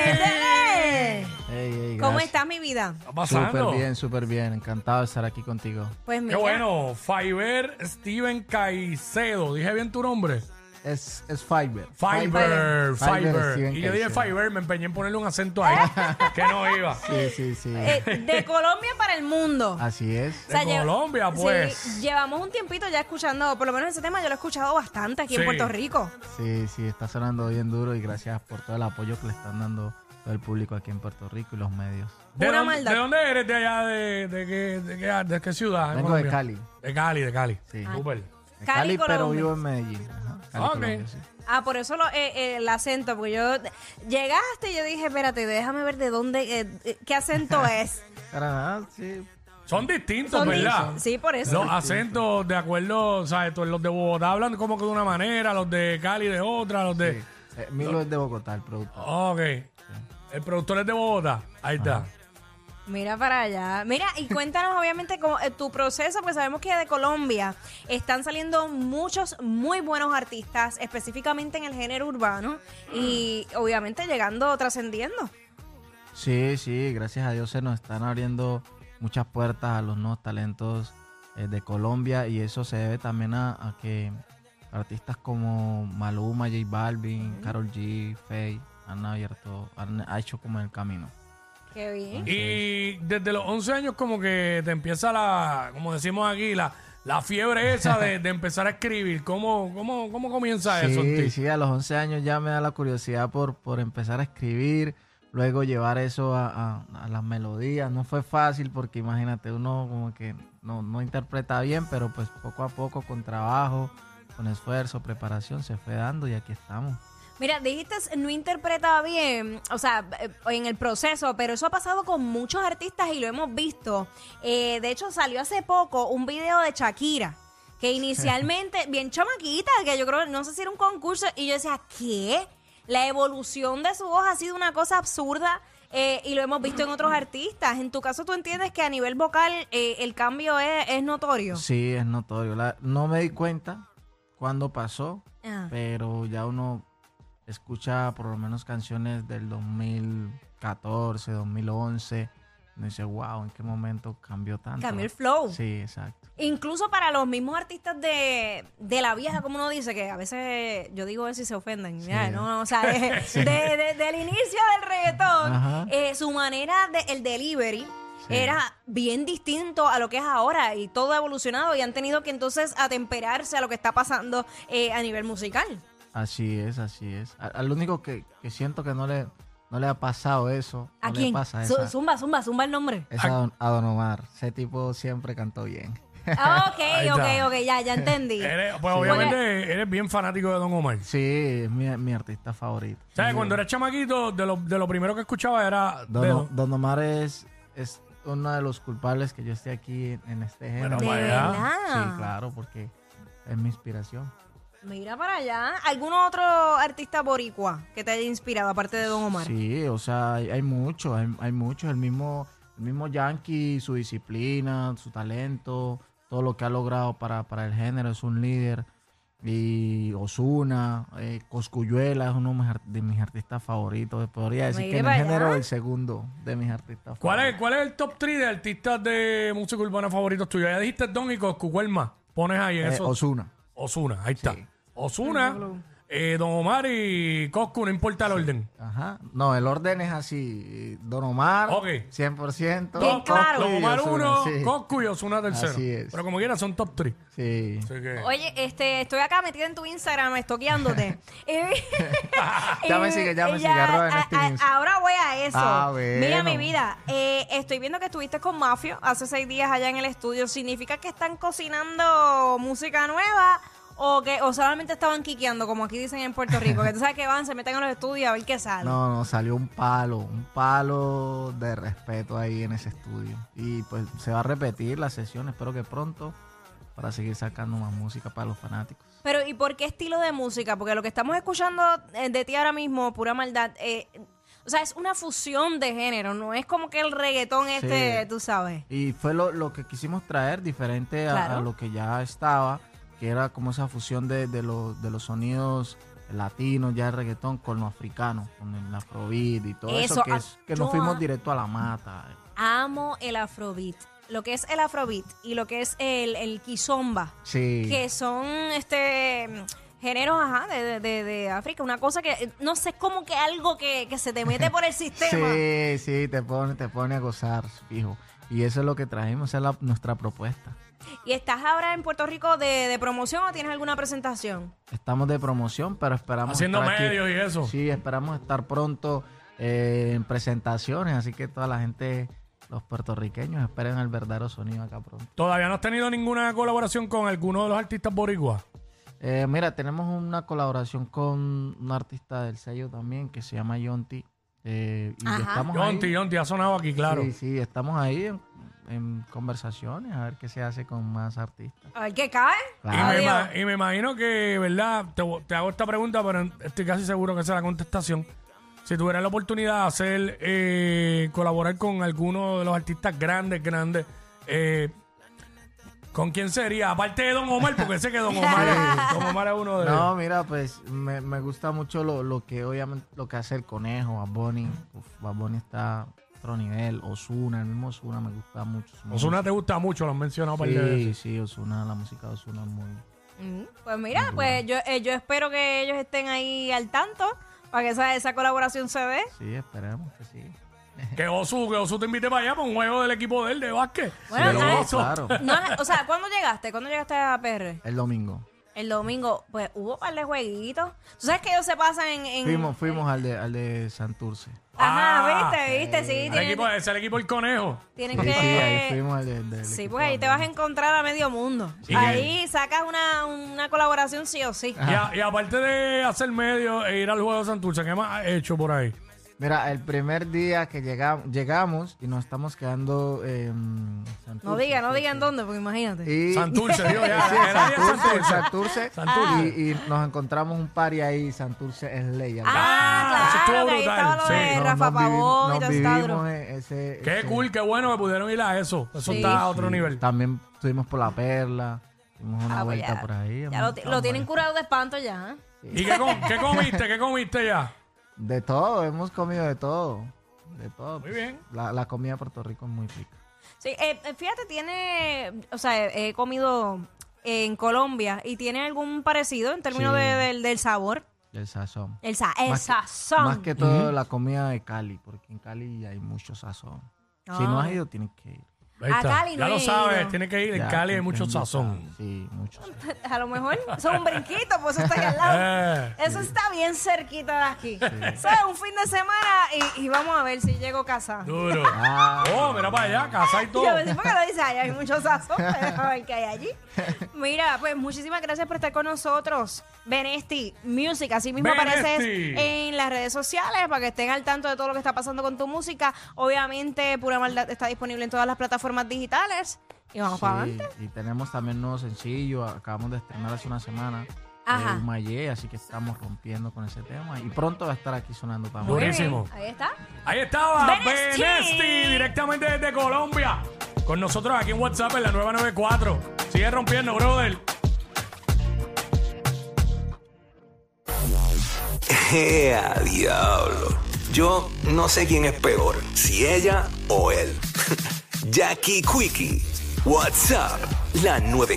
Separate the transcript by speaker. Speaker 1: Benesti.
Speaker 2: Ey, ey,
Speaker 1: ¡Eh! ¿Cómo
Speaker 2: gracias.
Speaker 1: estás, mi vida?
Speaker 3: Está
Speaker 2: Súper
Speaker 3: pasando.
Speaker 2: bien, súper bien. Encantado de estar aquí contigo.
Speaker 1: Pues mira,
Speaker 3: Qué bueno. Fiverr Steven Caicedo. ¿Dije bien tu nombre?
Speaker 2: Es, es Fiverr.
Speaker 3: Fiverr.
Speaker 2: Fiverr.
Speaker 3: Fiverr.
Speaker 2: Steven
Speaker 3: Y yo dije
Speaker 2: Caicedo.
Speaker 3: Fiverr, me empeñé en ponerle un acento ahí. que no iba.
Speaker 2: Sí, sí, sí.
Speaker 1: eh, de Colombia para el mundo.
Speaker 2: Así es.
Speaker 1: O sea,
Speaker 3: Ah, De
Speaker 1: lle-
Speaker 3: Colombia, pues.
Speaker 1: Sí, llevamos un tiempito ya escuchando, por lo menos ese tema yo lo he escuchado bastante aquí
Speaker 3: Sí. Ah,
Speaker 1: en Puerto Rico.
Speaker 2: Sí, sí, está sonando bien duro y gracias por todo el apoyo que le están dando todo el público aquí en Puerto Rico y los medios.
Speaker 3: ¿De,
Speaker 1: Pura
Speaker 3: dónde,
Speaker 1: maldad.
Speaker 3: de dónde eres? ¿De allá? ¿De, de qué, de, qué, de qué ciudad? en
Speaker 2: Vengo de
Speaker 3: Colombia?
Speaker 2: Cali.
Speaker 3: De Cali, de Cali.
Speaker 2: Sí.
Speaker 3: Súper.
Speaker 1: Cali,
Speaker 2: De Cali, pero
Speaker 1: Colombia.
Speaker 2: vivo en Medellín. Ajá, Cali,
Speaker 3: Ok.
Speaker 2: Colombia, sí.
Speaker 1: Ah, por eso lo- eh, eh, el acento, porque yo llegaste y yo dije, espérate, déjame ver de dónde, eh, eh, qué acento es.
Speaker 2: Carajal, ah, sí.
Speaker 3: Son distintos,
Speaker 1: Son
Speaker 3: ¿verdad?
Speaker 1: dis- Sí, por eso.
Speaker 3: Los acentos, de acuerdo, o sea, tú- los de Bogotá hablan como que de una manera, los de Cali de otra, los de...
Speaker 2: sí. Eh, Milo es de Bogotá, el productor.
Speaker 3: Ok. El productor es de Bogotá. Ahí está.
Speaker 1: Mira para allá. Mira, y cuéntanos obviamente cómo, eh, tu proceso, porque sabemos que de Colombia están saliendo muchos muy buenos artistas, específicamente en el género urbano, y obviamente llegando, trascendiendo.
Speaker 2: Sí, sí, gracias a Dios se nos están abriendo muchas puertas a los nuevos talentos eh, de Colombia y eso se debe también a, a que artistas como Maluma, J Balvin, Carol G, Faye han abierto, han hecho como el camino.
Speaker 1: Qué bien.
Speaker 3: Y desde los 11 años como que te empieza la, como decimos aquí, la, la fiebre esa de, de empezar a escribir. ¿Cómo, cómo, cómo comienza eso? en
Speaker 2: Sí,
Speaker 3: ti?
Speaker 2: sí, a los 11 años ya me da la curiosidad por, por empezar a escribir, luego llevar eso a, a- a las melodías. No fue fácil porque imagínate, uno como que no, no interpreta bien, pero pues poco a poco con trabajo, con esfuerzo, preparación se fue dando y aquí estamos.
Speaker 1: Mira, dijiste no interpretaba bien, o sea, eh, en el proceso, pero eso ha pasado con muchos artistas y lo hemos visto. Eh, de hecho, salió hace poco un video de Shakira, que inicialmente, bien chamaquita, que yo creo, no sé si era un concurso, y yo decía, ¿qué? La evolución de su voz ha sido una cosa absurda. eh, y lo hemos visto en otros artistas. En tu caso, ¿tú entiendes que a nivel vocal eh, el cambio es, es notorio?
Speaker 2: Sí, es notorio. La- no me di cuenta cuándo pasó,
Speaker 1: Ah.
Speaker 2: pero ya uno escucha por lo menos canciones del 2014, 2011. Y dice, wow, ¿en qué momento cambió tanto?
Speaker 1: Cambió el flow.
Speaker 2: Sí, exacto.
Speaker 1: Incluso para los mismos artistas de, de la vieja, como uno dice, que a veces yo digo eso y se ofenden. Mira,
Speaker 2: Sí.
Speaker 1: no, o sea, de- de- de- del inicio del
Speaker 2: Ajá.
Speaker 1: reggaetón, eh, su manera de el delivery
Speaker 2: Sí.
Speaker 1: era bien distinto a lo que es ahora y todo ha evolucionado y han tenido que entonces atemperarse a lo que está pasando eh, a nivel musical.
Speaker 2: Así es, así es. A- Al único que, que siento que no le, no le ha pasado eso.
Speaker 1: ¿A
Speaker 2: no
Speaker 1: quién?
Speaker 2: Le pasa
Speaker 1: Zu-
Speaker 2: esa-
Speaker 1: Zumba, zumba, zumba el nombre.
Speaker 2: es a don, a Don Omar. Ese tipo siempre cantó bien.
Speaker 1: Ah,
Speaker 3: Ahí
Speaker 1: ok, ok,
Speaker 3: está.
Speaker 1: ok, ya, ya entendí.
Speaker 3: Eres- pues
Speaker 2: Sí.
Speaker 3: obviamente eres bien fanático de Don Omar.
Speaker 2: Sí, es mi, mi artista favorito.
Speaker 3: ¿Sabes?
Speaker 2: Sí.
Speaker 3: Cuando eras chamaquito, de lo, de lo primero que escuchaba era...
Speaker 2: Don,
Speaker 3: de-
Speaker 2: Don Omar es, es uno de los culpables que yo esté aquí en, en este
Speaker 3: Bueno,
Speaker 2: género.
Speaker 3: ¿De vaya.
Speaker 1: verdad?
Speaker 2: Sí, claro, porque es mi inspiración.
Speaker 1: Mira para allá. ¿Algún otro artista boricua que te haya inspirado, aparte de Don Omar?
Speaker 2: Sí, o sea, hay, hay mucho, hay, hay mucho. El mismo, el mismo Yankee, su disciplina, su talento, todo lo que ha logrado para, para el género, es un líder. Y Osuna, eh, Coscuyuela es uno de mis ar- de mis artistas favoritos. Podría decir
Speaker 1: Mire
Speaker 2: que en el
Speaker 1: para
Speaker 2: género
Speaker 1: allá.
Speaker 2: el segundo de mis artistas
Speaker 3: ¿Cuál, es,
Speaker 2: favoritos.
Speaker 3: ¿Cuál es el top 3 de artistas de música urbana favoritos tuyos? Ya dijiste Don y Coscu, ¿cuál más? Pones ahí
Speaker 2: Eh,
Speaker 3: en eso.
Speaker 2: Osuna.
Speaker 3: Osuna, ahí está. Osuna, eh, Don Omar y Coscu, no importa el orden.
Speaker 2: Ajá. No, el orden es así. Don Omar,
Speaker 3: Ok.
Speaker 2: 100%.
Speaker 1: Bien
Speaker 3: Don-
Speaker 1: claro.
Speaker 3: Don Omar
Speaker 2: Ozuna,
Speaker 3: 1,
Speaker 2: sí.
Speaker 3: Coscu y Osuna tercero.
Speaker 2: Así es.
Speaker 3: Pero como quiera, son top 3.
Speaker 2: Sí.
Speaker 3: Así que...
Speaker 1: Oye, este, estoy acá metida en tu Instagram, Eh, estoqueándote. ya
Speaker 2: Ya
Speaker 1: eh,
Speaker 2: me sigue, ya me sigue, arroba en este Instagram.
Speaker 1: Ahora voy a eso.
Speaker 2: Ah,
Speaker 1: Mira
Speaker 2: bueno.
Speaker 1: mi vida, eh, estoy viendo que estuviste con Mafio hace seis días allá en el estudio. ¿Significa que están cocinando música nueva o que o solamente estaban quiqueando, como aquí dicen en Puerto Rico? Que tú sabes que van, se meten a los estudios a ver qué sale.
Speaker 2: No, no, salió un palo, un palo de respeto ahí en ese estudio. Y pues se va a repetir la sesión, espero que pronto, para seguir sacando más música para los fanáticos.
Speaker 1: Pero, ¿y por qué estilo de música? Porque lo que estamos escuchando eh, de ti ahora mismo, pura maldad, eh, o sea, es una fusión de género, no es como que el reggaetón este, tú sabes.
Speaker 2: Y fue lo, lo que quisimos traer, diferente a,
Speaker 1: Claro.
Speaker 2: a lo que ya estaba, que era como esa fusión de, de, lo- de los sonidos latinos, ya el reggaetón con los africanos, con la provid y todo eso,
Speaker 1: Eso,
Speaker 2: que, es,
Speaker 1: ah,
Speaker 2: que
Speaker 1: yo
Speaker 2: nos fuimos
Speaker 1: a-
Speaker 2: directo a la mata.
Speaker 1: Amo el afrobeat. Lo que es el afrobeat y lo que es el, el kizomba,
Speaker 2: Sí.
Speaker 1: que son este géneros ajá, de, de- de- de África. Una cosa que, eh, no sé, es como que algo que, que se te mete por el sistema.
Speaker 2: Sí, sí, te pone, te pone a gozar, fijo. Y eso es lo que trajimos, esa es la- nuestra propuesta.
Speaker 1: ¿Y estás ahora en Puerto Rico de, de promoción o tienes alguna presentación?
Speaker 2: Estamos de promoción, pero esperamos
Speaker 3: Haciendo
Speaker 2: estar aquí.
Speaker 3: medios y eso.
Speaker 2: Sí, esperamos estar pronto eh, en presentaciones, así que toda la gente, los puertorriqueños, esperen el verdadero sonido acá pronto.
Speaker 3: Todavía no has tenido ninguna colaboración con alguno de los artistas boricuas.
Speaker 2: Eh, mira, tenemos una colaboración con un artista del sello también que se llama Yonti. Eh, y
Speaker 1: Ajá.
Speaker 2: estamos ahí.
Speaker 3: Yonti, Yonti, ha sonado aquí, claro.
Speaker 2: Sí, sí, estamos ahí en, en conversaciones a ver qué se hace con más artistas.
Speaker 1: A ver qué cae.
Speaker 3: Y
Speaker 2: Claro.
Speaker 3: me,
Speaker 1: Adiós.
Speaker 3: ima- y me imagino que, ¿verdad? Te, vo- te hago esta pregunta, pero estoy casi seguro que esa es la contestación. Si tuvieras la oportunidad de hacer, eh, colaborar con alguno de los artistas grandes, grandes, eh, ¿con quién sería? Aparte de Don Omar, porque sé que Don Omar, es, Don Omar es uno de
Speaker 2: No, mira, pues me, me gusta mucho lo, lo que obviamente lo que hace el conejo, Bad Bunny. Uf, Bad Bunny está a otro nivel. Osuna, el mismo Osuna me gusta mucho. su
Speaker 3: Osuna te gusta mucho, lo han mencionado un par de
Speaker 2: música. Sí,
Speaker 3: veces.
Speaker 2: sí, Osuna, la música de Osuna es muy.
Speaker 1: Mm, Pues mira, pues yo, eh, yo espero que ellos estén ahí al tanto para que esa, esa colaboración se dé.
Speaker 2: Sí, esperemos que sí.
Speaker 3: Que Osu, que Osu te invite para allá para un juego del equipo de él, de básquet.
Speaker 1: Bueno,
Speaker 2: Sí,
Speaker 1: ah,
Speaker 2: claro,
Speaker 1: eso.
Speaker 2: claro.
Speaker 1: No, o sea, ¿cuándo llegaste? ¿Cuándo llegaste a PR?
Speaker 2: El domingo.
Speaker 1: El domingo, pues hubo un par de jueguitos. ¿Tú sabes que ellos se pasan en... en-
Speaker 2: Fuimos, fuimos al de, al de Santurce.
Speaker 1: Ajá,
Speaker 3: Ah,
Speaker 1: viste, viste, sí.
Speaker 3: El
Speaker 1: Tienen,
Speaker 3: equipo, es el equipo El Conejo.
Speaker 1: tienen
Speaker 2: Sí,
Speaker 1: que...
Speaker 2: sí, ahí fuimos al de, del
Speaker 1: Sí,
Speaker 2: equipo
Speaker 1: pues ahí
Speaker 2: de-
Speaker 1: te vas a encontrar a medio mundo.
Speaker 3: Sí.
Speaker 1: Ahí sacas una, una colaboración sí o
Speaker 2: Ah,
Speaker 1: sí.
Speaker 3: Y, a- y aparte de hacer medio e ir al juego de Santurce, ¿qué más has hecho por ahí?
Speaker 2: Mira, el primer día que llegamos, llegamos y nos estamos quedando en Santurce.
Speaker 1: No digan, no digan dónde, porque imagínate.
Speaker 2: Y,
Speaker 3: Santurce, digo, ya.
Speaker 2: Sí,
Speaker 3: el área de
Speaker 2: Santurce, en
Speaker 3: Santurce.
Speaker 2: Santurce.
Speaker 3: Santurce.
Speaker 2: Y, y nos encontramos un party ahí, Santurce es ley. al lado.
Speaker 3: eso
Speaker 1: Ah,
Speaker 3: estuvo
Speaker 1: claro, que ahí
Speaker 3: brutal.
Speaker 1: estaba lo
Speaker 3: Sí.
Speaker 1: de
Speaker 2: No,
Speaker 1: Rafa
Speaker 2: nos vivi-
Speaker 1: Pavón y todo
Speaker 2: nos
Speaker 1: eso estaba duro.
Speaker 2: vivimos e- ese,
Speaker 3: Qué
Speaker 2: ese-
Speaker 3: cool, qué bueno que pudieron ir a eso. Eso
Speaker 1: Sí.
Speaker 3: está a otro
Speaker 2: sí.
Speaker 3: nivel.
Speaker 2: También estuvimos por la perla, dimos una
Speaker 1: Ah, pues
Speaker 2: vuelta
Speaker 1: ya.
Speaker 2: por ahí.
Speaker 1: Ya lo, ti- lo tienen curado de espanto ya. ¿eh?
Speaker 3: ¿Y qué, com- qué comiste? ¿Qué comiste ya?
Speaker 2: De todo, hemos comido de todo. De todo.
Speaker 3: Muy bien.
Speaker 2: La, la comida de Puerto Rico es muy rica.
Speaker 1: Sí, eh, eh, fíjate, tiene, o sea, eh, he comido en Colombia y tiene algún parecido en términos
Speaker 2: Sí.
Speaker 1: de- del, del sabor.
Speaker 2: Y el sazón.
Speaker 1: El, sa- el
Speaker 2: Más que-
Speaker 1: sazón.
Speaker 2: Más que todo la comida de Cali, porque en Cali hay mucho sazón. Si no
Speaker 1: Ah.
Speaker 2: has ido, tienes que ir.
Speaker 3: Ahí
Speaker 1: A
Speaker 3: está.
Speaker 1: Cali no
Speaker 3: ya
Speaker 1: he
Speaker 3: lo sabes,
Speaker 1: ido.
Speaker 3: tiene que ir. En
Speaker 2: Ya,
Speaker 3: Cali hay
Speaker 2: tienes
Speaker 3: mucho
Speaker 2: que
Speaker 3: sazón.
Speaker 2: invitar. Sí, mucho sazón.
Speaker 1: A lo mejor eso es un brinquito, pues eso está ahí al lado.
Speaker 3: Eh,
Speaker 1: Eso está bien cerquita de aquí. Eso es un fin de semana y, y vamos a ver si llego casada.
Speaker 3: duro.
Speaker 2: Ah,
Speaker 3: Oh, mira para allá, casa y todo.
Speaker 1: Yo me decía, ¿por qué lo dice? Ay, hay mucho sazón, pero a ver qué hay allí. Mira, pues muchísimas gracias por estar con nosotros. Benesti Music, así mismo
Speaker 3: Benesti.
Speaker 1: apareces en las redes sociales para que estén al tanto de todo lo que está pasando con tu música. Obviamente, Pura Maldad está disponible en todas las plataformas digitales. Y vamos para
Speaker 2: sí,
Speaker 1: adelante.
Speaker 2: y tenemos también nuevo sencillo, acabamos de estrenar hace una semana.
Speaker 1: Ajá.
Speaker 2: Ajá. así que estamos rompiendo con ese tema. Y pronto va a estar aquí sonando también.
Speaker 1: Muy bien,
Speaker 3: Buenísimo.
Speaker 1: Ahí está.
Speaker 3: Ahí estaba
Speaker 1: Benesti.
Speaker 3: Benesti, directamente desde Colombia. Con nosotros aquí en WhatsApp en la 994. Sigue rompiendo, brother.
Speaker 4: ¡Ea, diablo! Yo no sé quién es peor, si ella o él. Jackie Quickie, WhatsApp, la 94.